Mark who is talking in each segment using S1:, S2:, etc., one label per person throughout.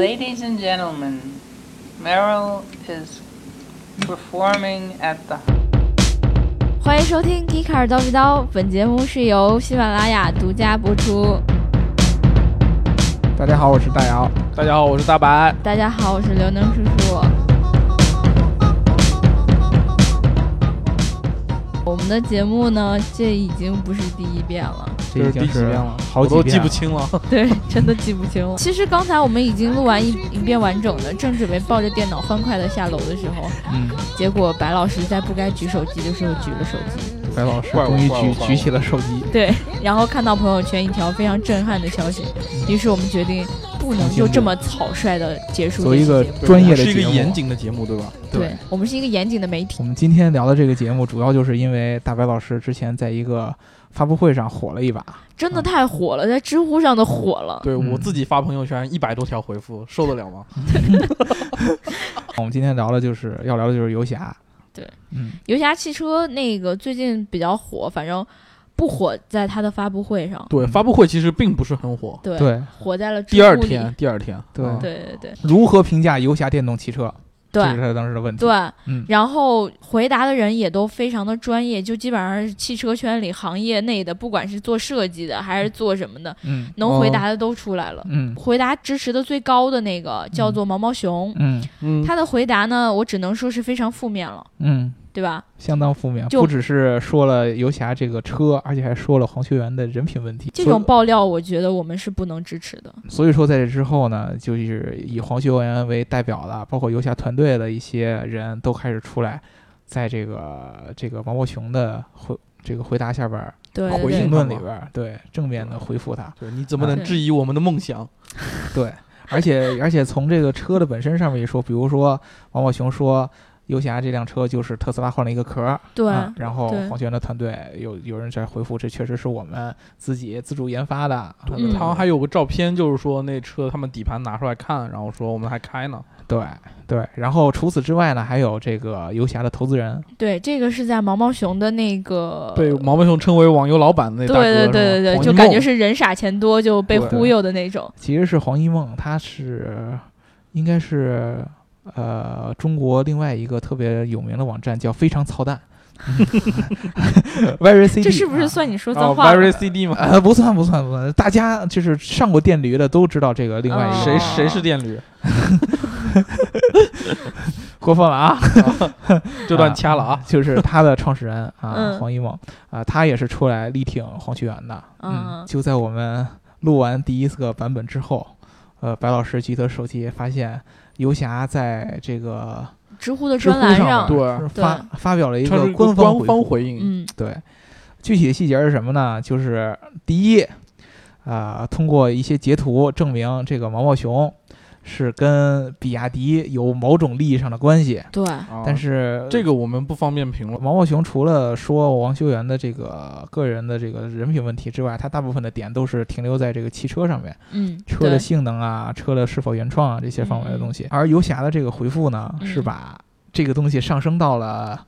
S1: Ladies and gentlemen, Meryl is performing at the.
S2: 欢迎收听《迪卡尔叨逼叨》，本节目是由喜马拉雅独家播出。
S3: 大家好，我是大姚。
S4: 大家好，我是大白。
S2: 大家好，我是刘能叔叔。我们的节目呢，这已经不是第一遍了，
S3: 这已
S4: 是第
S3: 经
S4: 几遍
S3: 是
S4: 了？
S3: 好几
S4: 我都
S3: 遍啊
S4: 记不
S3: 了
S4: 清了。
S2: 对，真的记不清了。其实刚才我们已经录完一一遍完整的，正准备抱着电脑欢快的下楼的时候，
S3: 嗯，
S2: 结果白老师在不该举手机的时候举了手机。
S3: 白老师
S4: 怪我
S3: 终于
S4: 怪我
S3: 举
S4: 怪我
S3: 举起了手机，
S2: 对，然后看到朋友圈一条非常震撼的消息，于是我们决定不能就这么草率的结束
S3: 做
S2: 这
S3: 一
S2: 期
S3: 个
S2: 节目
S3: 专业的
S4: 是一个
S3: 节目
S4: 严。谨的节目，对吧？
S2: 对，我们是一个严谨的媒体
S3: 我，们今天聊的这个节目，主要就是因为大白老师之前在一个发布会上火了一把，
S2: 真的太火了，在知乎上都火了。
S4: 对
S3: 嗯
S4: 我自己发朋友圈一百多条回复，受得了吗？
S3: 我们今天聊的就是要聊的就是游侠。
S2: 对，
S3: 嗯，
S2: 游侠汽车那个最近比较火，反正不火在它的发布会上，
S4: 对，发布会其实并不是很火。
S2: 对，
S3: 对
S2: 火在了知
S4: 第二
S2: 乎里
S4: 天，，第二天，
S3: 对
S4: 啊
S2: 对对对
S3: 如何评价游侠电动汽车？这是
S2: 对
S3: 他当时的问题。，
S2: 对，
S3: 嗯，
S2: 然后回答的人也都非常的专业，就基本上是汽车圈里行业内的，不管是做设计的还是做什么的，
S3: 嗯，
S2: 能回答的都出来了。
S3: 嗯，
S2: 回答支持的最高的那个叫做毛毛熊，
S3: 嗯，
S4: 嗯，
S2: 他的回答呢，我只能说是非常负面了，
S3: 嗯，
S2: 对吧？
S3: 相当负面，
S2: 就
S3: 不只是说了游侠这个车，而且还说了黄秋元的人品问题。
S2: 这种爆料，我觉得我们是不能支持的。
S3: 所以说，在这之后呢，就是以黄修元为代表的，包括游侠团队的一些人都开始出来，在这个这个毛毛熊的回这个回答下边儿
S2: 对
S4: 回
S2: 对
S3: 评
S4: 应
S3: 论里边儿，对正面的回复他，
S4: 对，你怎么
S2: 对
S4: 能质疑我们的梦想？
S3: 对，而且而且从这个车的本身上面一说，比如说毛毛熊说。游侠这辆车就是特斯拉换了一个壳儿，
S2: 对
S3: 啊然后
S2: 对
S3: 黄轩的团队有有人在回复，这确实是我们自己自主研发的。啊
S4: 对
S2: 嗯
S4: 他好像还有个照片，就是说那车他们底盘拿出来看，然后说我们还开呢。
S3: 对对，然后除此之外呢，还有这个游侠的投资人，
S2: 对，这个是在毛毛熊的那个
S4: 被毛毛熊称为网游老板的
S2: 对
S4: 那大哥，
S2: 对对
S4: 是
S2: 对对，
S4: 吧黄
S2: 就
S4: 一
S2: 感
S4: 梦
S2: 觉是人傻钱多就被
S4: 对
S2: 忽悠的那种。
S3: 其实是黄一梦，他是应该是呃中国另外一个特别有名的网站叫非常操 蛋，very CD，
S2: 这是不是算你说
S4: 哦
S2: 脏话了？
S4: ，Very CD 嘛，
S3: 啊呃不算不算不算，大家就是上过电驴的都知道这个另外一个、
S2: 哦
S4: 啊谁谁是电驴？
S3: 过分了 啊，
S4: 这段掐了啊。
S3: 就是他的创始人啊、
S2: 嗯
S3: 黄一梦啊、他也是出来力挺黄秋元的，
S2: 嗯
S3: 就在我们录完第一个版本之后，呃白老师举起手机发现游侠在这个。
S2: 知乎的
S3: 知
S2: 专
S3: 乎
S2: 栏
S3: 上
S4: 对
S3: 是发发表了一
S4: 它是
S3: 个
S4: 一个
S3: 方
S4: 官
S3: 回
S4: 方
S3: 复，
S4: 回应，
S2: 嗯，
S3: 对，具体的细节是什么呢？就是第一，啊、通过一些截图证明这个毛毛熊是跟比亚迪有某种利益上的关系，
S2: 对，
S4: 啊
S3: 但是
S4: 这个我们不方便评论。
S3: 毛毛熊除了说王修元的这个个人的这个人品问题之外，他大部分的点都是停留在这个汽车上面。
S2: 嗯，
S3: 车的
S2: 对
S3: 性能啊，车的是否原创啊这些方面的东西。而游侠的这个回复呢，
S2: 嗯
S3: 是把这个东西上升到了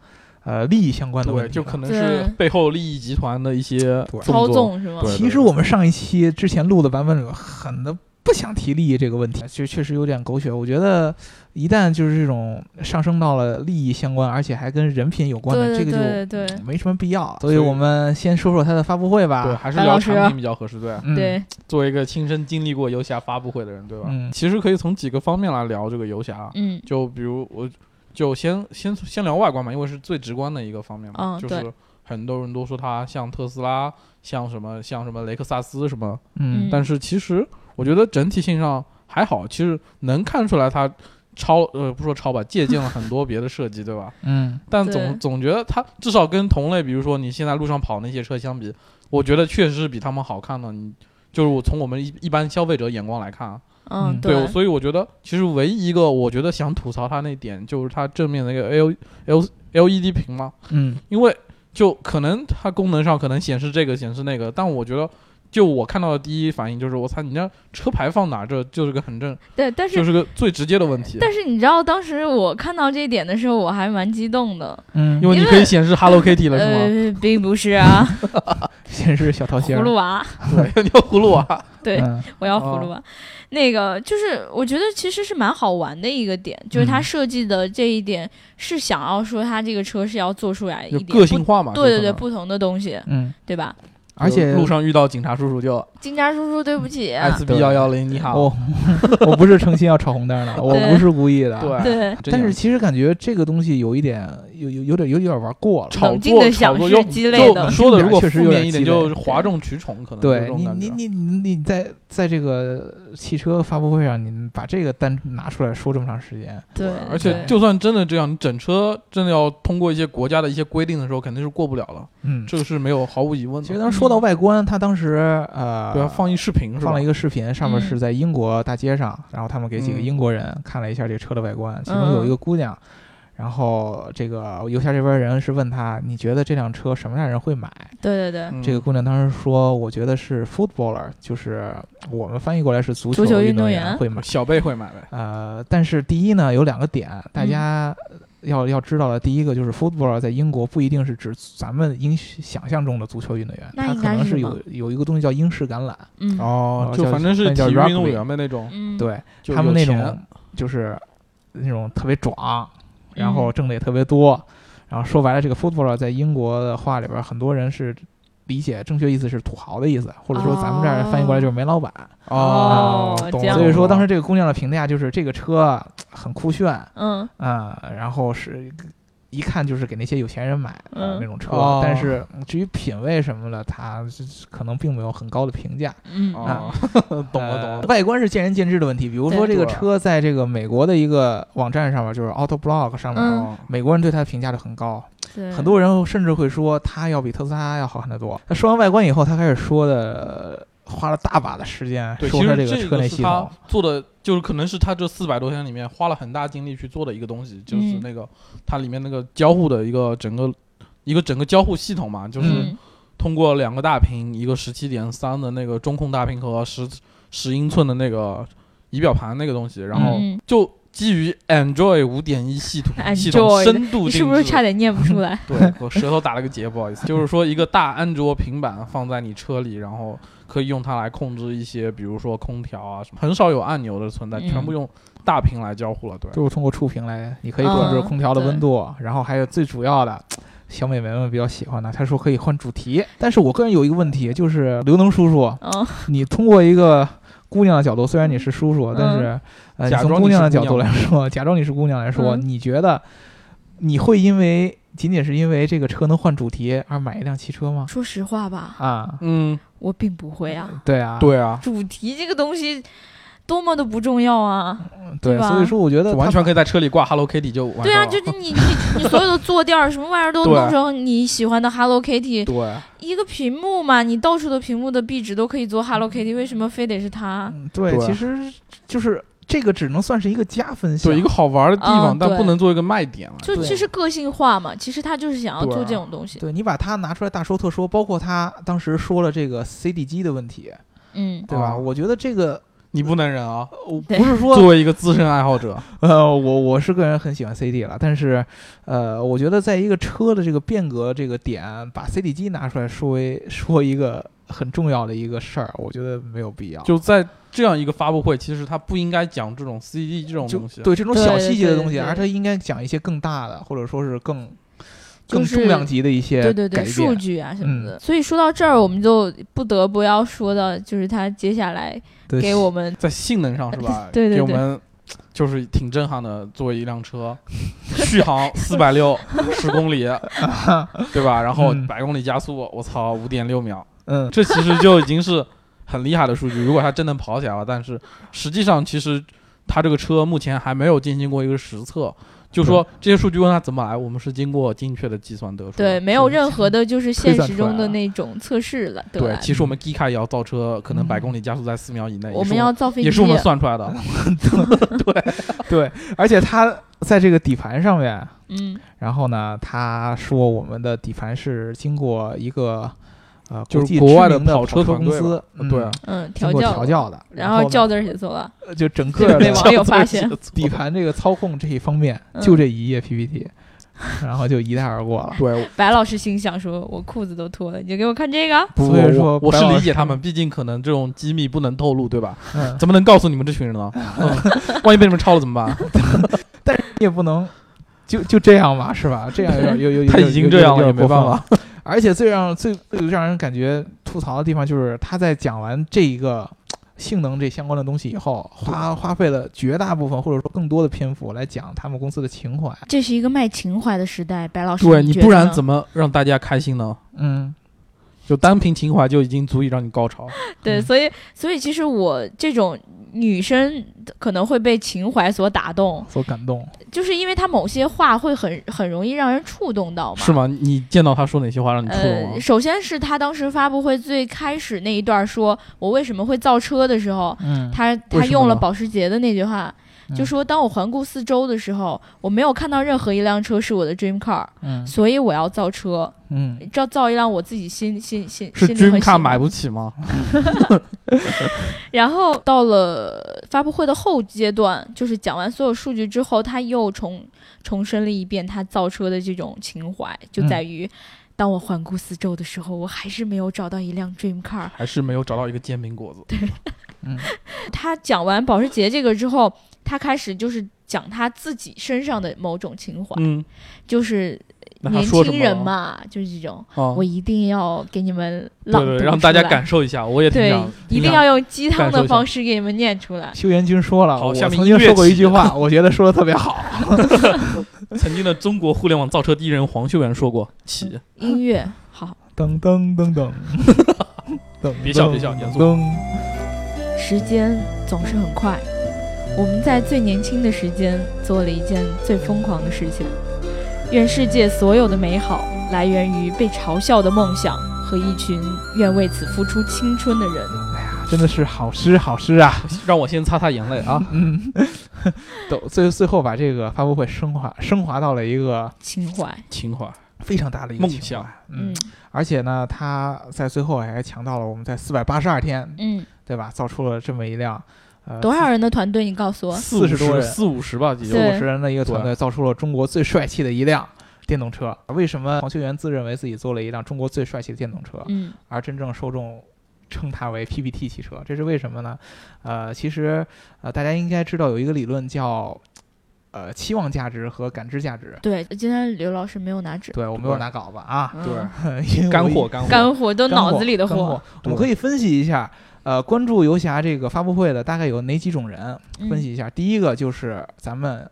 S3: 呃利益相关的问
S4: 对，
S3: 题，啊
S4: 就可。能
S2: 对
S4: 是背后利益集团的一些
S3: 对
S2: 操
S4: 作。
S2: 纵是吗？
S4: 对
S3: 其实我们上一期之前录的版本里，很的不想提利益这个问题，就确实有点狗血。我觉得一旦就是这种上升到了利益相关，而且还跟人品有关的，
S2: 对
S3: 这个
S2: 对对对
S3: 就没什么必要。所
S4: 所以
S3: 以我们先说说他的发布会
S4: 对，
S3: 吧。
S4: 还是
S2: 白
S4: 聊
S2: 老师
S4: 产品比较 合适。对，
S3: 嗯，
S2: 对，
S4: 作为一个亲身经历过游侠发布会的人，对吧？
S3: 嗯
S4: 其实可以从几个方面来聊这个游侠。啊
S2: 嗯
S4: 就比如我，就先先先聊外观嘛，因为是最直观的一个方面嘛，
S2: 嗯
S4: 就
S2: 对
S4: 是很多人都说它像特斯拉，像什么像什么雷克萨斯什么，
S3: 嗯
S2: 嗯
S4: 但是其实我觉得整体性上还好，其实能看出来它抄呃不说抄吧，借鉴了很多别的设计，对吧？
S3: 嗯
S4: 但
S2: 对
S4: 总总觉得它至少跟同类，比如说你现在路上跑那些车相比，我觉得确实是比他们好看的。你就是我从我们一一般消费者眼光来看啊，
S2: 嗯，
S3: 嗯
S4: 对，所以我觉得其实唯一一个我觉得想吐槽它那点就是它正面的一个 L L L E D 屏嘛，
S3: 嗯
S4: 因为就可能它功能上可能显示这个显示那个，但我觉得就我看到的第一反应就是，我操，你那车牌放哪儿？这就是个很正，
S2: 对，但
S4: 就是是个最直接的问题。
S2: 但是你知道，当时我看到这一点的时候，我还蛮激动的。
S3: 嗯
S4: 因，为你
S2: 因为
S4: 可以显示 Hello Kitty 了，是吗？
S2: 呃，并不是啊，
S3: 嗯先是小桃心
S2: 葫
S3: 儿，
S2: 芦娃，
S4: 对， 你要啊葫芦娃、
S2: 对，
S3: 嗯
S2: 我
S4: 哦
S2: 要葫芦娃。那个就是，我觉得其实是蛮好玩的一个点，就是它
S3: 嗯
S2: 设计的这一点是想要说，它这个车是要做出来一
S4: 就
S2: 点
S4: 个
S2: 不
S4: 性化嘛。
S2: 对对
S4: 就可
S2: 对，
S4: 能，
S2: 不同的东西，
S3: 嗯，
S2: 对吧？
S3: 而且
S4: 路上遇到警察叔叔就
S2: 金家叔叔，对不起，
S4: S B 幺幺零，你好。
S3: 我我不是诚心要闯红灯的，我
S2: 对
S3: 不是故意的，。啊
S4: 对，
S2: 对，
S4: 真
S3: 但
S4: 有
S3: 是其实感觉这个东西有一点，有有有点有点玩过了。
S4: 炒
S2: 冷静
S4: 作
S2: 地
S4: 炒
S2: 想
S4: 作
S2: 是
S4: 又
S2: 鸡肋的
S4: 就说的如果
S3: 确实
S4: 负
S3: 有
S4: 面
S3: 点
S4: 一点，
S3: 鸡肋
S4: 就是哗众取宠，可能就这
S3: 对
S4: 种
S3: 你
S4: 感
S3: 你
S4: 觉。啊
S3: 你你你在在这个汽车发布会上，你把这个单拿出来说这么长时间，
S2: 对，
S4: 而且
S2: 嗯对
S4: 就算真的这样，你整车真的要通过一些国家的一些规定的时候，肯定是过不了了，
S3: 嗯，
S4: 这个是没有毫无疑问
S3: 其实
S4: 的。
S3: 当时说到外观，他当时呃，
S4: 对啊，放一视频是吧？
S3: 放了一个视频，上面
S2: 嗯
S3: 是在英国大街上，然后他们给几个
S4: 嗯
S3: 英国人看了一下这个车的外观，其
S2: 嗯
S3: 中有一个姑娘，然后这个游侠这边人是问她，你觉得这辆车什么样人会买？
S2: 对对对，
S4: 嗯
S3: 这个姑娘当时说，我觉得是 footballer，就是我们翻译过来是足
S2: 足球运
S3: 运
S2: 动
S3: 动
S2: 员
S3: 会买。
S4: 小贝会买呗。
S3: 呃，但是第一呢，有两个点大家
S2: 嗯
S3: 要、要知道的。第一个就是 football 在英国不一定是指咱们英想象中的足球运动员，
S2: 那
S3: 它
S2: 应
S3: 可
S2: 该
S3: 能
S2: 是
S3: 是
S2: 什么
S3: 有有一个东西叫英式橄榄，
S2: 嗯，
S4: 哦
S3: 哦
S4: 就
S3: 叫
S4: 反正是
S3: 那
S4: 体
S3: 叫
S4: 育
S3: rugby
S4: 运动员的那种，
S2: 嗯，
S3: 对
S4: 就
S3: 他们
S4: 有
S3: 那
S4: 钱
S3: 种就是那种特别壮，然后挣的也特别多。然后说白了，这个 football 在英国的话里边，很多人是理解正确意思是土豪的意思，或者说咱们这儿翻译过来就是煤老板。啊
S2: 哦
S4: 哦，
S2: 这
S4: 懂了。
S2: 样
S3: 所以说，当时这个姑娘的评价就是这个车很酷炫
S2: 嗯
S3: 啊、然后是一看就是给那些有钱人买的
S2: 嗯
S3: 那种车，
S4: 哦
S3: 但是至于品味什么的，她是可能并没有很高的评价。
S2: 嗯嗯
S4: 哦， 懂了懂
S3: 呃
S4: 了。
S3: 外观是见仁见智的问题，比如说
S2: 对
S3: 这个
S4: 对
S3: 车在这个美国的一个网站上面，就是 Auto Blog 上面。
S2: 嗯
S4: 哦
S3: 美国人对它的评价就很高，
S2: 对，
S3: 很多人甚至会说它要比特斯拉要好看得多。他说完外观以后，他开始说的呃花了大把的时间
S4: 对，
S3: 说
S4: 其
S3: 他这
S4: 实个
S3: 车内
S4: 是
S3: 系
S4: 他
S3: 统，
S4: 做的，就是可能是他这四百多天里面花了很大精力去做的一个东西，就是
S2: 嗯
S4: 那个、它里面那个交互的一个整个一个整个交互系统嘛，就是
S2: 嗯
S4: 通过两个大屏，一个十七点三的那个中控大屏和十十英寸的那个仪表盘那个东西，然后
S2: 嗯
S4: 就基于 Android 五点一系统系统
S2: Android，
S4: 深度
S2: 哎你
S4: 定制，
S2: 是不是差点念不出 来？
S4: 对，我舌头打了个结，不好意思。就是说，一个大安卓平板放在你车里，然后可以用它来控制一些，比如说空调啊什么，很少有按钮的存在，
S2: 嗯
S4: 全部用大屏来交互了。对，
S3: 就是通过触屏来，你可以控制
S2: 嗯
S3: 空调的
S2: 对
S3: 温度，然后还有最主要的，小美眉们比较喜欢的，他说可以换主题。但是我个人有一个问题，就是刘能叔叔，
S2: 嗯，
S3: 你通过一个姑娘的角度，虽然你是叔叔，但是呃，你
S4: 嗯假装
S3: 从
S4: 你
S3: 姑
S4: 是
S3: 娘的
S4: 姑
S3: 角度来
S4: 娘
S3: 说， 假装你是姑娘来说，
S2: 嗯
S3: 你觉得你会因为仅仅是因为这个车能换主题而买一辆汽车吗？
S2: 说实话吧，
S3: 啊，
S4: 嗯，
S2: 我并不会啊，
S3: 对啊，
S4: 对啊，
S2: 主题这个东西多么的不重要啊！
S3: 对
S2: 对吧
S3: 所以说我觉得
S4: 完
S3: 他
S4: 全可以在车里挂 Hello Kitty 就完事
S2: 对
S4: 儿
S2: 啊，
S4: 了
S2: 就是你你你所有的坐垫儿什么玩意儿都
S4: 对
S3: 啊
S2: 弄成你喜欢的 Hello Kitty，
S4: 对，啊
S2: 一个屏幕嘛，你到处的屏幕的壁纸都可以做 Hello Kitty，为什么非得是它？
S3: 嗯对，
S4: 对啊
S3: 其实就是这个只能算是一个加分项，
S4: 对一个好玩的地方，
S2: 嗯
S4: 但
S2: 对
S4: 不能做一个卖点了。
S2: 就
S3: 对
S2: 其实个性化嘛，其实他就是想要
S4: 对啊
S2: 做这种东西。
S3: 对你把它拿出来大说特说，包括他当时说了这个 CD 机的问题，
S2: 嗯，
S3: 对吧？
S4: 哦
S3: 我觉得这个
S4: 你不能忍啊！
S3: 我
S2: 对
S3: 不是说
S4: 作为一个资深爱好者，
S3: 呃，我我是个人很喜欢 CD 了，但是呃，我觉得在一个车的这个变革这个点，把 CD 机拿出来说为说一个很重要的一个事儿，我觉得没有必要。
S4: 就在这样一个发布会，其实他不应该讲这种 CD 这种
S3: 就
S4: 东西。啊
S3: 对这种
S2: 对
S3: 小
S2: 对
S3: 细节
S2: 对
S3: 的
S2: 对
S3: 东西，
S2: 对
S3: 而它应该讲一些更大的，或者说是更
S2: 就
S3: 更
S2: 是
S3: 重量级的一些
S2: 对对
S3: 改
S2: 对，
S3: 变。嗯
S2: 数据啊什么的。所以说到这儿，我们就不得不要说到，就是他接下来
S3: 对
S2: 给我们？
S4: 在性能上是吧
S2: 对对对
S4: 给我们就是挺震撼的。作为一辆车，续航四百六十公里，对吧？然后
S3: 嗯
S4: 百公里加速，我操，五点六秒，
S3: 嗯，
S4: 这其实就已经是很厉害的数据。如果它真能跑起来了，但是实际上其实它这个车目前还没有进行过一个实测。就说这些数据问他怎么来，我们是经过精确的计算得出来
S2: 对
S4: 的。
S2: 没有任何的就是现
S3: 推算
S2: 实
S3: 出来啊
S2: 中的
S3: 了
S2: 那种测试了，
S4: 对，
S2: 吧？
S4: 其实我们 Gika 也要造车，可能
S3: 嗯
S4: 百公里加速在四秒以内，
S2: 嗯我
S4: 哎也是
S2: 们要造飞
S4: 也
S2: 机
S4: 是，我们算出来的。
S3: 对，而且它在这个底盘上面，
S2: 嗯，
S3: 然后呢，他说我们的底盘是经过一个呃，
S4: 就
S3: 国
S4: 是
S3: 际
S4: 国
S3: 知
S4: 外的
S3: 名的
S4: 跑车
S3: 车公
S4: 团队
S3: 司，嗯
S4: 对啊，
S2: 嗯，
S3: 经
S2: 调
S3: 过
S2: 教，
S3: 调教的，
S2: 然
S3: 后
S2: 后
S3: 呢
S2: 教字儿写错了，
S3: 呃就整
S2: 这
S3: 个
S2: 被
S3: 的
S2: 网友发现，
S3: 底盘这个操控这一方面，就这一页 PPT，然后就一带而过了。
S4: 对，
S2: 白老师心想说：“我裤子都脱了，你就给我看这个。
S3: 所以说
S4: 我我
S3: 白
S4: 是
S3: 老
S4: 理
S3: 师
S4: 解他们，毕竟可能这种机密不能透露，对 吧？
S3: 嗯，
S4: 怎么能告诉你们这群人 呢？嗯万一被你们抄了怎么 办？
S3: 你也不能就就这样吧，是吧？这样有点有有有
S4: 他已经这样了，也没
S3: 有
S4: 办。
S3: 有有点过分
S4: 法。
S3: 而且最让最最让人感觉吐槽的地方就是，他在讲完这一个性能这相关的东西以后，花花费了绝大部分或者说更多的篇幅来讲他们公司的情怀。”
S2: 这是一个卖情怀的时代，白老师，
S4: 对你不然怎
S2: 么？
S4: 么让大家开心呢？
S3: 嗯，
S4: 就单凭情怀就已经足以让你高潮。
S2: 对，
S3: 嗯
S2: 所以所以其实我这种女生可能会被情怀所打动，
S3: 所感动。
S2: 就是因为她某些话会很很容易让人触动到嘛。
S4: 是吗？你见到他说哪些话让你触动
S2: 呃，
S4: 了？
S2: 首先是他当时发布会最开始那一段说“我为什么会造车”的时候，
S3: 嗯，
S2: 他
S4: 为
S2: 他
S4: 什么
S2: 用了
S4: 呢
S2: 保时捷的那句话，就
S3: 嗯
S2: 说：“当我环顾四周的时候，我没有看到任何一辆车是我的 dream car，
S3: 嗯
S2: 所以我要造车，
S3: 嗯，
S2: 造造一辆我自己心心心
S4: 是
S2: 心里
S4: Dream
S2: 很喜
S4: Car
S2: 欢。”
S4: 买不起吗？
S2: 然后到了发布会的后阶段，就是讲完所有数据之后，他又重重申了一遍他造车的这种情怀，就
S4: 嗯
S2: 在于。当我环顾四周的时候，我还是没有找到一辆 dream car。
S4: 还是没有找到一个煎饼果子？
S2: 他讲完保时捷这个之后，他开始就是讲他自己身上的某种情怀，
S4: 嗯，
S2: 就是
S4: 那他
S2: 年
S4: 说什
S2: 轻
S4: 么
S2: 人
S4: 了？
S2: 嘛，就是这种，
S4: 啊
S2: 我，一定要给你们
S4: 对
S2: 朗
S4: 对，
S2: 读
S4: 让大家
S2: 出来
S4: 感受一下，我也挺
S2: 对
S4: 想，，
S2: 一
S4: 挺
S2: 定
S4: 想
S2: 要用鸡汤
S4: 感受
S2: 的
S4: 一下
S2: 方式给你们念出来。
S3: 修元君说了，
S4: 好
S3: 我
S4: 下面
S3: 曾
S4: 音
S3: 经
S4: 乐
S3: 说过
S4: 起
S3: 一句话，我觉得说的特别好。
S4: 曾经的中国互联网造车第一人黄秀元说过：“起，
S2: 音乐好，
S3: 噔噔噔噔，噔
S4: 别笑别笑严肃
S3: 噔，
S2: 时间总是很快。我们在最年轻的时间做了一件最疯狂的事情。愿世界所有的美好来源于被嘲笑的梦想和一群愿为此付出青春的人。
S3: 真的是好诗好诗啊！
S4: 让我先擦擦眼泪啊
S3: 嗯，都最最后把这个发布会升华升华到了一个
S2: 情怀，！”
S4: 情怀，
S3: 非常大的一个
S4: 梦
S3: 情
S4: 想
S3: 怀嗯
S2: 嗯，
S3: 而且呢，他在最后还强调了我们在四百八十二天，
S2: 嗯，
S3: 对吧，造出了这么一辆，呃，
S2: 多少人的团队？你告诉我，
S4: 四
S3: 40多人
S4: 四五十吧，也就
S3: 四
S2: 对
S3: 五十人的一个团队，造出了中国最帅气的一辆电动车。为什么黄秀元自认为自己做了一辆中国最帅气的电动
S4: 啊
S3: 车，
S2: 嗯
S3: 而真正受众称它为 PPT 汽车？这是为什么呢？呃，其实呃，大家应该知道有一个理论叫呃期望价值和感知价值。
S2: 对，今天刘老师没有拿纸，
S3: 对我没有拿稿子啊，
S2: 嗯
S4: 对，
S3: 因为我
S4: 干
S3: 一
S4: 货干货
S2: 干货都
S3: 干
S2: 脑子里的
S3: 干
S2: 货
S3: 货。。我们可以分析一下，呃，关注游侠这个发布会的大概有哪几种人？
S2: 嗯
S3: 分析一下，第一个就是咱们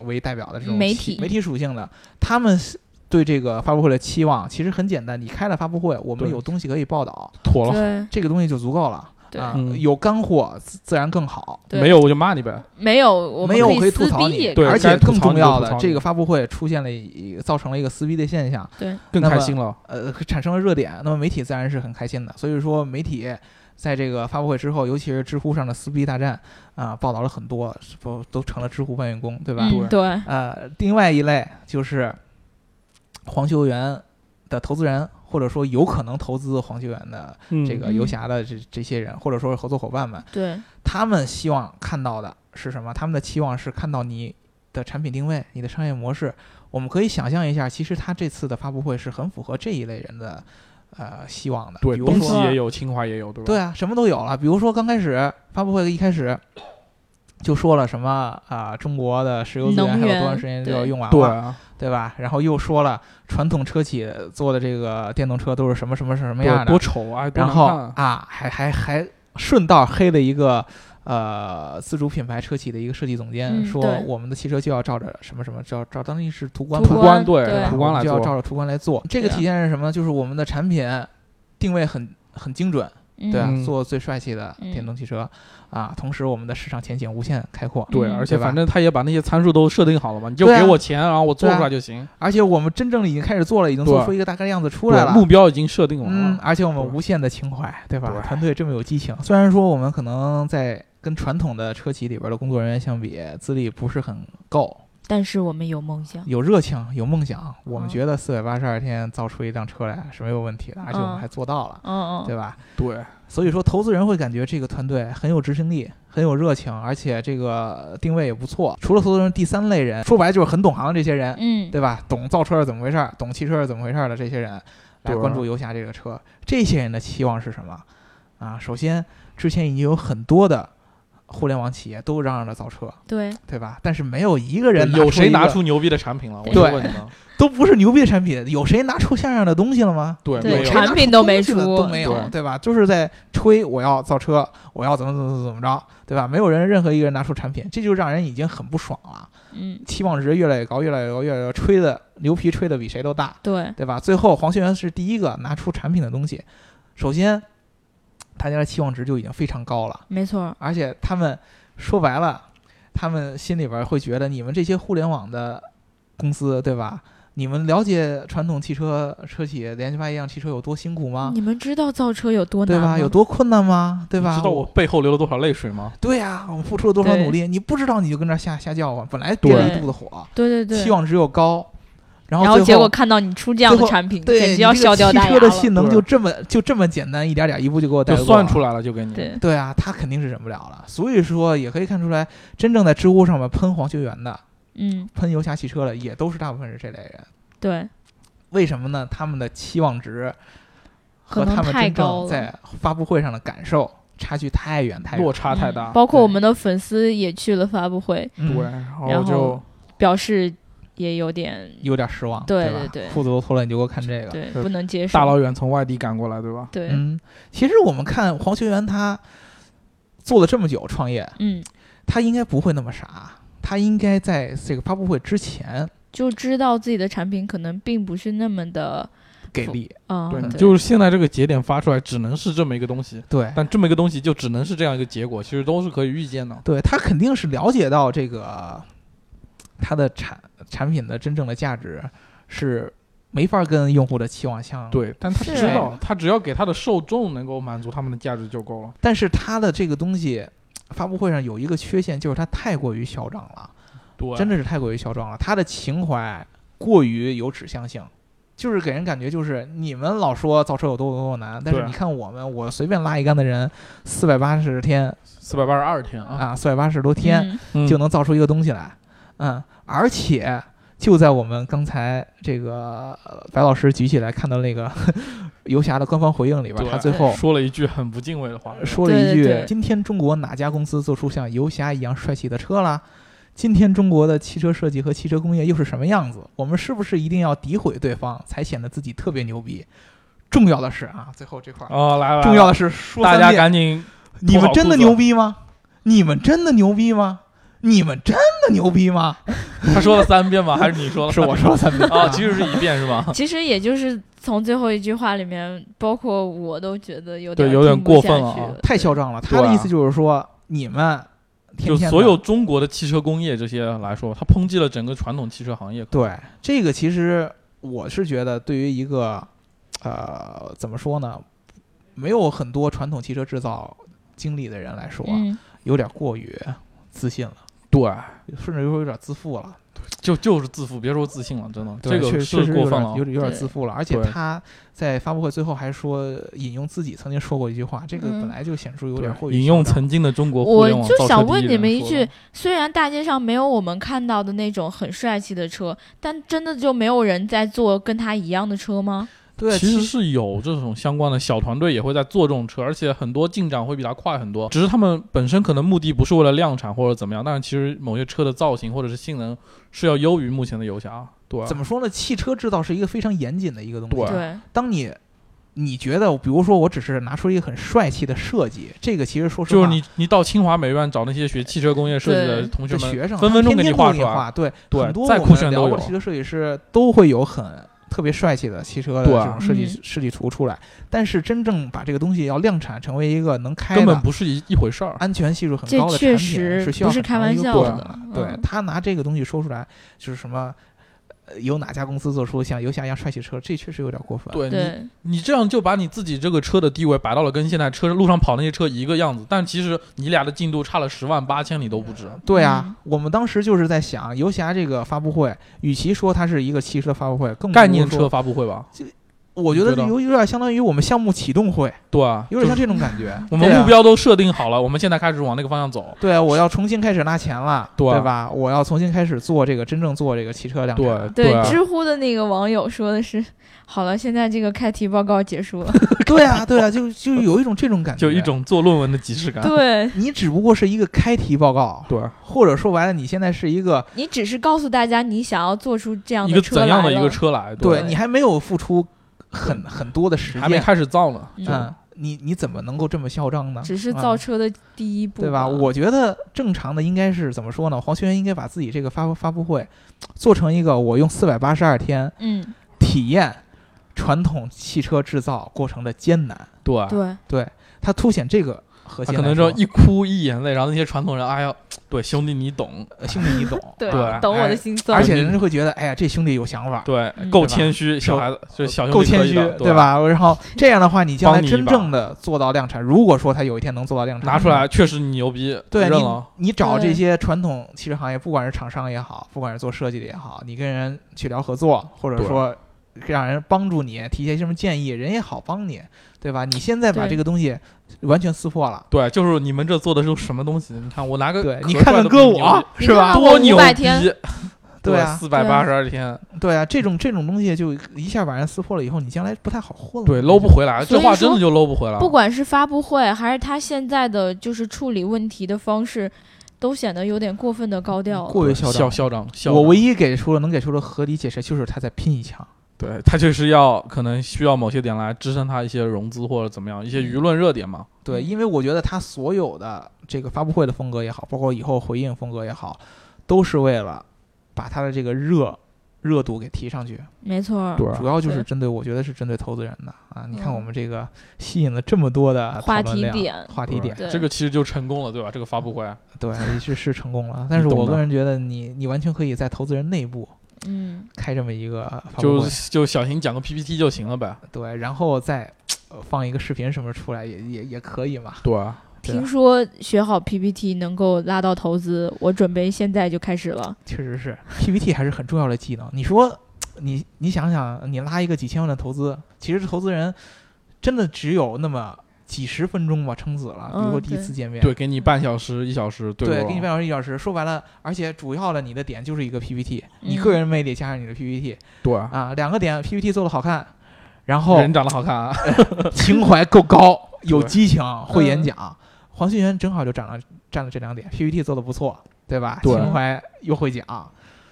S3: 为代表的这种
S2: 媒
S3: 企
S2: 体
S3: 媒体属性的，他们是对这个发布会的期望其实很简单，你开了发布会，我们
S4: 对
S3: 有东西可以报道，
S4: 妥了，
S2: 对
S3: 这个东西就足够了。
S2: 对
S3: 啊
S4: 嗯
S3: 有干货自自然更好。
S2: 对
S4: 没有我就骂你呗。
S2: 没有，我们
S3: 没有
S2: 可
S3: 以吐
S2: 撕
S3: 槽
S2: 逼
S3: 你
S2: 也，
S4: 对
S3: 而
S4: 该
S3: 且
S4: 吐槽
S3: 更
S4: 你
S3: 重
S4: 就
S3: 要
S4: 吐
S3: 的
S4: 槽，
S3: 这
S4: 你
S3: 个发布会出现了一，造成了一个撕逼的现象，
S4: 更
S3: 那么
S4: 开心了，
S3: 呃，产生了热点，那么媒体自然是很开心的。所以说，媒体在这个发布会之后，尤其是知乎上的撕逼大战啊、报道了很多，是否都成了知乎搬运工，对吧？
S2: 嗯，对，
S3: 呃，另外一类就是黄秀元的投资人，或者说有可能投资黄秀元的
S4: 嗯
S3: 这个游侠的这这些人，或者说是合作伙伴们，
S2: 对，
S3: 他们希望看到的是什么？他们的期望是看到你的产品定位、你的商业模式。我们可以想象一下，其实他这次的发布会是很符合这一类人的呃希望的。
S4: 对
S3: 比
S4: 东
S3: 如
S4: 西
S3: 说，
S4: 也有，情怀也有，对吧？
S3: 对啊，什么都有了。比如说刚开始发布会一开始就说了什么啊、中国的石油资源
S2: 能
S3: 还有
S2: 源
S3: 多长时间就要
S2: 对
S3: 用完
S4: 对
S3: 了，
S4: 啊，
S3: 对吧？然后又说了传统车企做的这个电动车都是什么什么什么样
S4: 对
S3: 的，
S4: 多丑啊，多
S3: 然
S4: 难
S3: 后
S4: 看啊
S3: 啊，还还还顺道黑了一个呃自主品牌车企的一个设计总监，
S2: 嗯
S3: 说
S2: 对
S3: 我们的汽车就要照着什么什么，照照当地是途观
S2: 途
S3: 吧，
S2: 观
S4: 对
S2: 对
S3: 吧
S4: 途观
S3: 我们
S4: 来
S3: 就要
S4: 做
S3: 照着途观来做。这个
S2: 对啊
S3: 体现是什么呢？就是我们的产品定位很很精准，
S2: 嗯
S3: 对啊，
S4: 嗯
S3: 做最帅气的电动汽车、啊，同时我们的市场前景无限开阔。
S4: 对，
S2: 嗯
S4: 而且
S3: 对吧
S4: 反正他也把那些参数都设定好了嘛，你就
S3: 对
S4: 给
S3: 啊
S4: 我钱，然后我做
S3: 对啊
S4: 出来就行。
S3: 而且我们真正已经开始做了，已经
S4: 对
S3: 做
S4: 啊
S3: 出一个大概样子出
S4: 对
S3: 来了。
S4: 目标已经设定完
S3: 嗯，
S4: 了。
S3: 而且我们
S4: 对
S3: 无限的情怀，对吧？
S4: 对
S3: 团队这么有激情，虽然说我们可能在跟传统的车企里边的工作人员相比，资历不是很够，
S2: 但是我们有梦想，
S3: 有热情，有梦想，我们
S2: 嗯
S3: 觉得四百八十二天造出一辆车来是没有问题的，而且我们
S2: 嗯
S3: 还做到了，
S2: 嗯
S3: 对
S2: 嗯，
S3: 吧？
S4: 对，
S3: 所以说，投资人会感觉这个团队很有执行力，很有热情，而且这个定位也不错。除了投资人，第三类人说白了就是很懂行的这些人，
S2: 嗯，
S3: 对吧？懂造车是怎么回事儿，懂汽车是怎么回事儿的这些人，来
S4: 对啊
S3: 关注游侠这个车。这些人的期望是什么？啊，首先，之前已经有很多的互联网企业都嚷嚷着造车，
S2: 对，
S3: 对吧？但是没有一个人
S4: 有谁拿
S3: 一个
S4: 出牛逼的产品了？我
S3: 对
S4: 就问你呢。
S3: 都不是牛逼的产品，有谁拿出像样的东西了吗？
S4: 对
S2: 对
S4: 没
S3: 谁
S4: 有
S2: 产
S3: 拿
S2: 品
S3: 出
S2: 都
S3: 东
S2: 没
S3: 西了
S2: 出
S3: 都没有，
S4: 对
S3: 对吧？就是在吹我要造车，我要怎么怎么怎么怎么着，对吧？没有人任何一个人拿出产品，这就让人已经很不爽了，
S2: 嗯，
S3: 期望值越来越高，越来越高，越来越高，吹的牛皮吹的比谁都大，
S2: 对，
S3: 对吧？最后黄轩辕是第一个拿出产品的东西，首先大家的期望值就已经非常高了，
S2: 没错儿，
S3: 而且他们说白了，他们心里边会觉得你们这些互联网的公司，对吧？你们了解传统汽车车企研发一辆汽车有多辛苦吗？
S2: 你们知道造车有多
S3: 啊对
S2: 难吗？
S3: 吧？有多困难吗？对
S4: 你
S3: 吧？
S4: 知道我
S3: 我
S4: 背后流了多少泪水吗？
S3: 对呀、我们付出了多少
S2: 对
S3: 努力？你不知道你就跟这儿瞎瞎叫啊唤，本来憋了
S2: 对
S3: 一肚子火，
S2: 对对对，
S3: 期望值又高，
S2: 然
S3: 然后
S2: 后
S3: 最
S2: 结果看到你出这样
S3: 最
S2: 的
S3: 后
S2: 产品，
S3: 对
S2: 简直
S3: 你
S2: 要
S3: 这个
S2: 笑掉大牙
S3: 汽车的
S2: 了。
S3: 性能
S4: 对
S3: 就这么就这么简单，一点点一步就给我带
S4: 就
S3: 过
S4: 算
S3: 了
S4: 出来了，就给你。
S2: 对，
S3: 对啊，他肯定是忍不了了。所以说，也可以看出来，真正在知乎上面喷黄学元的、
S2: 嗯，
S3: 喷游侠汽车的，也都是大部分是这类人。
S2: 对，
S3: 为什么呢？他们的期望值和
S2: 可能
S3: 他们
S2: 太
S3: 真
S2: 高
S3: 正
S2: 了
S3: 在发布会上的感受差距太远太远
S4: 落。差太大。
S2: 嗯包括
S3: 对
S2: 我们的粉丝也去了发布会，
S3: 嗯
S4: 对，然
S2: 然
S4: 后
S2: 后
S4: 就
S2: 表示也有点
S3: 有点失望，
S2: 对
S3: 吧？
S2: 对对
S3: 裤子都脱了，你就给我看这个。
S2: 对
S4: 就
S2: 不能接
S4: 大老
S2: 受。
S4: 远从外地赶过来，对吧？
S2: 对，
S3: 嗯，其实我们看黄学元他做了这么久创业，
S2: 嗯，
S3: 他应该不会那么傻，他应该在这个发布会之前
S2: 就知道自己的产品可能并不是那么的，
S3: 给力。
S2: 嗯，
S4: 对，
S2: 对，
S4: 就是现在这个节点发出来，只能是这么一个东西，
S3: 对，
S4: 但这么一个东西就只能是这样一个结果，其实都是可以预见的。
S3: 对他肯定是了解到这个他的产产品的真正的价值是没法跟用户的期望相。，
S4: 对，但他
S2: 是
S4: 知道，他只要给他的受众能够满足他们的价值就够了。
S3: 但是他的这个东西。发布会上有一个缺陷，就是他太过于嚣张了，
S4: 对，
S3: 真的是太过于嚣张了。他的情怀过于有指向性，就是给人感觉就是你们老说造车有多多多难，但是
S4: 对
S3: 你看我们，我随便拉一杆的人，四百八十天
S4: 四百八十二天啊，
S3: 啊，四百八十多天，
S2: 嗯
S3: 就能造出一个东西来。嗯，而且就在我们刚才这个呃白老师举起来看到那个 游侠的官方回应里边，
S4: 对
S3: 他最后
S4: 说了一句很不敬畏的话，
S3: 啊说了一
S2: 对
S3: 句
S2: 对：“
S3: 今天中国哪家公司做出像游侠一样帅气的车啦？”今天中国的汽车设计和汽车工业又是什么样子？我们是不是一定要诋毁对方才显得自己特别牛逼？重要的是啊，最后这块儿，
S4: 哦，来来，
S3: 重要的是说
S4: 大
S3: 三
S4: 家
S3: 遍
S4: 赶紧
S3: 你们真的
S4: 脱好裤子
S3: 牛逼吗？你们真的牛逼吗？你们真的牛逼吗？
S4: 他说了三遍吗？还是你说了？
S3: 是我 说了三遍
S4: 啊，其实是一遍是吧？
S2: 其实也就是从最后一句话里面，包括我都觉得有
S4: 对
S2: 点
S4: 有点
S2: 听不
S4: 过
S2: 下
S4: 分了
S2: 去
S4: 啊
S3: 太嚣张了。他
S4: 对
S3: 的
S4: 啊
S3: 意思就是说，你们天
S4: 就
S3: 天的
S4: 所有中国的汽车工业这些来说，它抨击了整个传统汽车行业。
S3: 对这个，其实我是觉得，对于一个呃，怎么说呢，没有很多传统汽车制造经历的人来说，
S4: 啊
S2: 嗯，
S3: 有点过于自信了，
S4: 对，
S3: 甚至说有点自负了。
S4: 就就是自负，别说自信了，真的，
S3: 对
S4: 这
S3: 确
S4: 个
S3: 确
S4: 是
S3: 实
S4: 过
S3: 有
S4: 分
S3: 点
S4: 了啊
S3: 有。点有点
S2: 对
S3: 自负了。而且
S4: 对
S3: 他在发布会最后还说，引用自己曾经说过一句话，这个
S2: 嗯
S3: 本来就显出有点
S4: 对
S3: 过于
S4: 引用
S3: 嚣张
S4: 曾经的中国互
S2: 我
S4: 联网
S2: 就
S4: 造车
S2: 想
S4: 第
S2: 问你
S4: 人
S2: 们一
S4: 说
S2: 句
S4: 的，
S2: 虽然大街上没有我们看到的那种很帅气的车，但真的就没有人在做跟他一样的车吗？
S3: 对，
S4: 其实是有这种相关的小团队也会在做这种车，而且很多进展会比它快很多。只是他们本身可能目的不是为了量产或者怎么样，但是其实某些车的造型或者是性能是要优于目前的游侠。对，
S3: 怎么说呢？汽车制造是一个非常严谨的一个东西。
S4: 对啊
S2: 对，
S3: 当你你觉得，比如说我只是拿出一个很帅气的设计，这个其实说实话，
S4: 就是你你到清华美院找那些学汽车工业设计的
S2: 对
S4: 同学
S3: 这
S4: 们，
S3: 学生
S4: 分分钟
S3: 他
S4: 给
S3: 天
S4: 你
S3: 天
S4: 画
S3: 都
S4: 出
S3: 给你
S4: 来。
S3: 画，对，
S4: 对
S3: 很多
S4: 再
S3: 我
S4: 酷炫
S3: 们聊
S4: 都
S3: 过
S4: 有
S3: 的汽车设计师都会有很特别帅气的汽车的
S4: 对
S3: 这种设计
S2: 嗯
S3: 设计图出来，但是真正把这个东西要量产成为一个能开
S4: 根本
S3: 的。哎
S4: 不是一一回事儿。
S3: 安全系数很
S2: 这
S3: 高的
S2: 确
S3: 产品
S2: 实
S3: 需要
S2: 不是
S3: 很
S2: 开
S3: 长
S2: 玩
S3: 一个
S2: 笑
S3: 过
S2: 的
S3: 程的。对
S2: 嗯
S3: 他拿这个东西说出来，就是什么呃有哪家公司做出像游侠一样帅气车，这确实有点过分。
S4: 对你，
S2: 对，
S4: 你这样就把你自己这个车的地位摆到了跟现在车路上跑那些车一个样子，但其实你俩的进度差了十万八千里都不止。
S3: 对
S2: 嗯
S3: 啊，我们当时就是在想，游侠这个发布会，与其说它是一个汽车发布会，更不如
S4: 概念
S3: 说
S4: 车，发布会吧，
S3: 我觉得
S4: 你觉得
S3: 有有点相当于我们项目启动会，
S4: 对啊，
S3: 有点
S4: 就
S3: 像
S4: 是
S3: 这种感觉。
S4: 我们
S3: 对啊
S4: 目标都设定好了，我们现在开始往那个方向走。
S3: 对啊，我要重新开始拿钱了，
S4: 对啊
S3: 对吧？我要重新开始做这个真正做这个汽车量产了。
S2: 对
S4: 对啊
S2: 知乎的那个网友说的是， 好了，现在这个开题报告结束 了。
S3: 对啊，对啊，就就有一种这种感觉，
S4: 就一种做论文的即视感。
S2: 对啊
S3: 你只不过是一个开题报告，
S4: 对，啊
S3: 或者说白了，你现在是一个
S2: 你只是告诉大家你想要做出这样
S4: 一个
S2: 的车
S4: 怎样
S2: 来
S4: 的一
S2: 了
S4: 个车来？
S3: 对
S4: 对，
S3: 你还没有付出很很多的时间，
S4: 还没开始造呢。
S2: 嗯
S3: 嗯，你你怎么能够这么嚣张呢？
S2: 只是造
S3: 嗯
S2: 车的第一步、
S3: 对吧？我觉得正常的应该是怎么说呢？黄轩应该把自己这个发布发布会做成一个我用四百八十二天
S2: 嗯，
S3: 体验传统汽车制造过程的艰难，
S4: 对，啊
S2: 对，
S3: 它凸显这个核
S4: 他
S3: 心
S4: 啊可
S3: 来说。
S4: 能说一哭一眼泪，然后那些传统人，哎呀，对，兄弟你懂，
S3: 呃兄弟你懂，
S2: 对
S4: 对
S2: 懂我的
S3: 哎
S2: 心酸。
S3: 而且人家会觉得，哎呀，这兄弟有想法，
S4: 对
S2: 嗯，
S4: 够
S3: 对吧
S4: 谦虚，小
S3: 够
S4: 孩子就是小兄
S3: 够
S4: 弟可
S3: 谦
S4: 以
S3: 虚，
S4: 的
S3: 对？吧？然后 这样的话，你将来
S4: 帮你一
S3: 真
S4: 把
S3: 正的做到量产，如果说他有一天能做到量产，
S4: 拿出来，确实你牛逼，
S3: 对
S4: 认
S3: 你
S4: 了，，
S3: 你找
S2: 对
S3: 这些传统汽车行业，不管是厂商也好，不管是做设计的也好，你跟人去聊合作，或者
S4: 对
S3: 说让人帮助你提些什么建议，人也好帮你，对吧？你现在把
S2: 对
S3: 这个东西完全撕破了，
S4: 对，就是你们这做的是什么东西？你看我拿个
S3: 对
S4: 壳
S3: 你
S4: 出来
S3: 看看
S4: 都
S3: 哥
S4: 不牛
S3: 我
S4: 逼
S3: 是吧？
S2: 看
S4: 多
S2: 我
S4: 牛
S2: 500
S4: 逼
S2: 天，
S3: 对啊，
S4: 四百八十二天，
S3: 对啊，这种这种东西就一下把人撕破了以后，你将来不太好混了，
S4: 对，搂不回来，啊
S2: 所
S4: 这
S2: 以
S4: 话真
S2: 说
S4: 的就搂不回来。
S2: 不管是发布会还是他现在的就是处理问题的方式，都显得有点过分的高调了。
S3: 过于
S4: 嚣
S3: 嚣张。
S4: 嚣张，嚣
S3: 我
S4: 张
S3: 唯一给出了能给出的合理解释，就是他在拼一枪。
S4: 对他就是要可能需要某些点来支撑他一些融资或者怎么样一些舆论热点嘛。
S3: 对，
S2: 嗯
S3: 因为我觉得他所有的这个发布会的风格也好，包括以后回应风格也好，都是为了把他的这个热热度给提上去。
S2: 没错儿，
S4: 对
S3: 主要就是
S2: 对
S3: 针对，我啊觉得是针对投资人的啊。你看
S2: 嗯
S3: 我们这个吸引了这么多的
S2: 话
S3: 讨
S2: 题
S3: 论量
S2: 点
S3: 话题点，
S2: 对
S4: 这个其实就成功了，对吧？这个发布会，
S3: 啊对，是是成功 了。但是
S4: 你懂
S3: 我个
S4: 的
S3: 人觉得你，你完全可以在投资人内部
S2: 嗯，
S3: 开这么一个发布
S4: 就
S3: 会，
S4: 就小型讲个 PPT 就行了呗。
S3: 对，然后再、呃放一个视频什么出来也也也可以嘛。
S4: 对，
S3: 对
S2: 听说学好 PPT 能够拉到投资，我准备现在就开始了。
S3: 确实是 PPT 还是很重要的技能。你说，你你想想，你拉一个几千万的投资，其实投资人真的只有那么几十分钟吧，撑死了。比如
S2: 嗯
S3: 说第一
S2: 对
S3: 次见面，
S4: 对，给你半小时一小时，对
S3: 对，
S4: 吧
S3: 给你半小时一小时，说白了，而且主要的你的点就是一个 PPT，、你
S2: 嗯
S3: 个人魅力加上你的 PPT
S4: 对，
S3: 啊，两个点 PPT 做的好看，然后
S4: 人长得好看啊，
S3: 情怀够高，有
S4: 对
S3: 激情，会演
S2: 嗯
S3: 讲。黄旭元正好就占了占了这两点，PPT 做的不错，对吧？
S4: 对
S3: 情怀又会讲，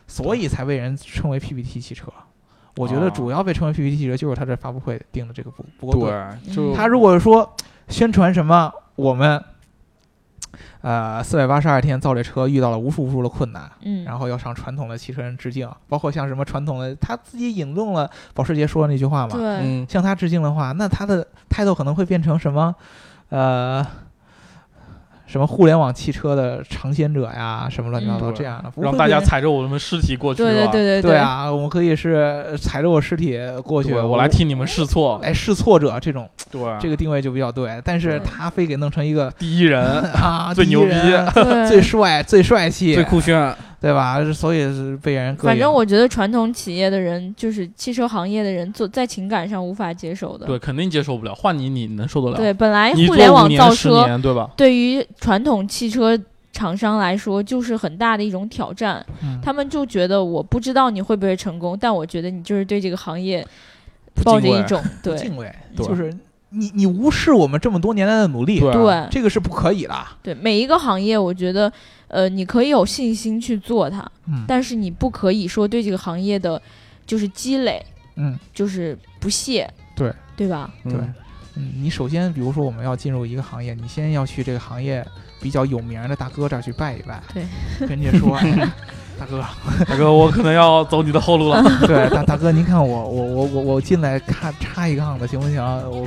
S3: 所以才被人称为 PPT 汽车。我觉得
S4: 哦
S3: 主要被称为 PPT 汽车，就是他这发布会定的这个不不够多。
S4: 对，就
S3: 嗯他如果说宣传什么我们，呃，四百八十二天造这车遇到了无数无数的困难，
S2: 嗯，
S3: 然
S2: 后
S3: 后要向传统的汽车人致敬，包括像什么传统的，他自己引用了保时捷说的那句话嘛，
S2: 对，
S4: 嗯，
S3: 向他致敬的话，那他的态度可能会变成什么？呃，什么互联网汽车的尝鲜者呀，什么乱七八糟
S4: 嗯
S3: 这样的，不会
S4: 让大家
S3: 变成
S4: 踩着我们尸体过去，
S2: 对
S4: 是
S2: 对
S4: 吧？
S2: 对
S3: 对
S2: 对，
S3: 啊，我们可以是踩着我尸体过去，
S4: 对，我来替你们试错，
S3: 来哎试错者这种
S4: 对，
S3: 这个定位就比较对，但
S2: 对
S3: 是他非给弄成一个
S4: 第一人
S3: 啊
S4: 最
S3: 第一
S4: 牛逼
S3: 人
S2: 对
S3: 最帅、最帅气
S4: 最，酷炫，
S3: 对吧？所以啊是被人膈应
S2: 反正我觉得传统企业的人，就是汽车行业的人，做在情感上无法接受的。
S4: 对，肯定接受不了，换你你能受得了？
S2: 对，本来
S4: 你
S2: 互
S4: 做
S2: 联
S4: 五
S2: 网
S4: 年
S2: 造
S4: 十
S2: 车
S4: 年，对吧？
S2: 对于传统汽车厂商来说就是很大的一种挑战，
S3: 嗯
S2: 他们就觉得我不知道你会不会成功，但我觉得你就是对这个行业
S4: 不
S2: 抱着
S4: 敬畏
S2: 一种 对
S3: 敬畏，
S4: 对
S3: 就是你你无视我们这么多年来的努力，
S4: 啊
S2: 对
S3: 这个是不可以的。
S2: 对每一个行业，我觉得呃你可以有信心去做它，
S3: 嗯
S2: 但是你不可以说对这个行业的就是积累
S3: 嗯，
S2: 就是不屑，
S3: 对
S2: 对吧？
S3: 对
S4: 嗯
S3: 嗯，你首先，比如说我们要进入一个行业，你先要去这个行业比较有名儿的大哥这儿去拜一拜，
S2: 对，
S3: 跟人家说，哎大哥，
S4: 大哥，我可能要走你的后路了。
S3: 对大大哥，您看我我我我我进来看插一杠的行不行？我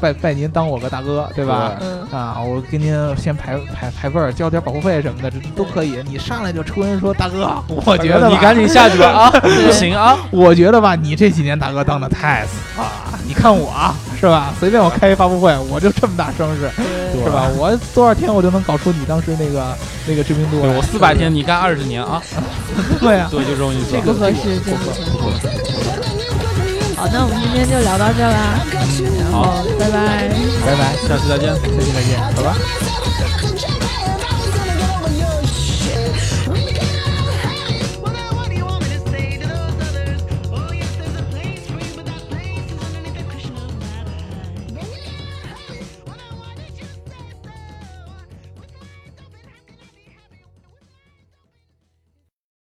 S3: 拜拜您当我个大哥，对吧？
S2: 嗯，
S3: 啊，我给您先排排排位儿，交点保护费什么的，这都可以。你上来就抽人说大哥，我
S4: 大
S3: 觉
S4: 哥
S3: 得
S4: 你
S3: 吧
S4: 赶紧下去吧啊，不行啊，
S3: 我觉得吧，你这几年大哥当的太死了。你看我啊，是吧？随便我开一发布会，我就这么大声势，是吧？我多少天我就能搞出你当时那个那个知名度
S4: 对
S3: 来。
S4: 我四百天，你干二十年啊，
S3: 对啊，
S4: 对，就这种意思。
S2: 不合适，真不合适。好，那我们今天就聊到这啦，然后拜拜。
S3: 拜拜，
S4: 下次再见。
S3: 下期再见，好吧。
S5: Thank you.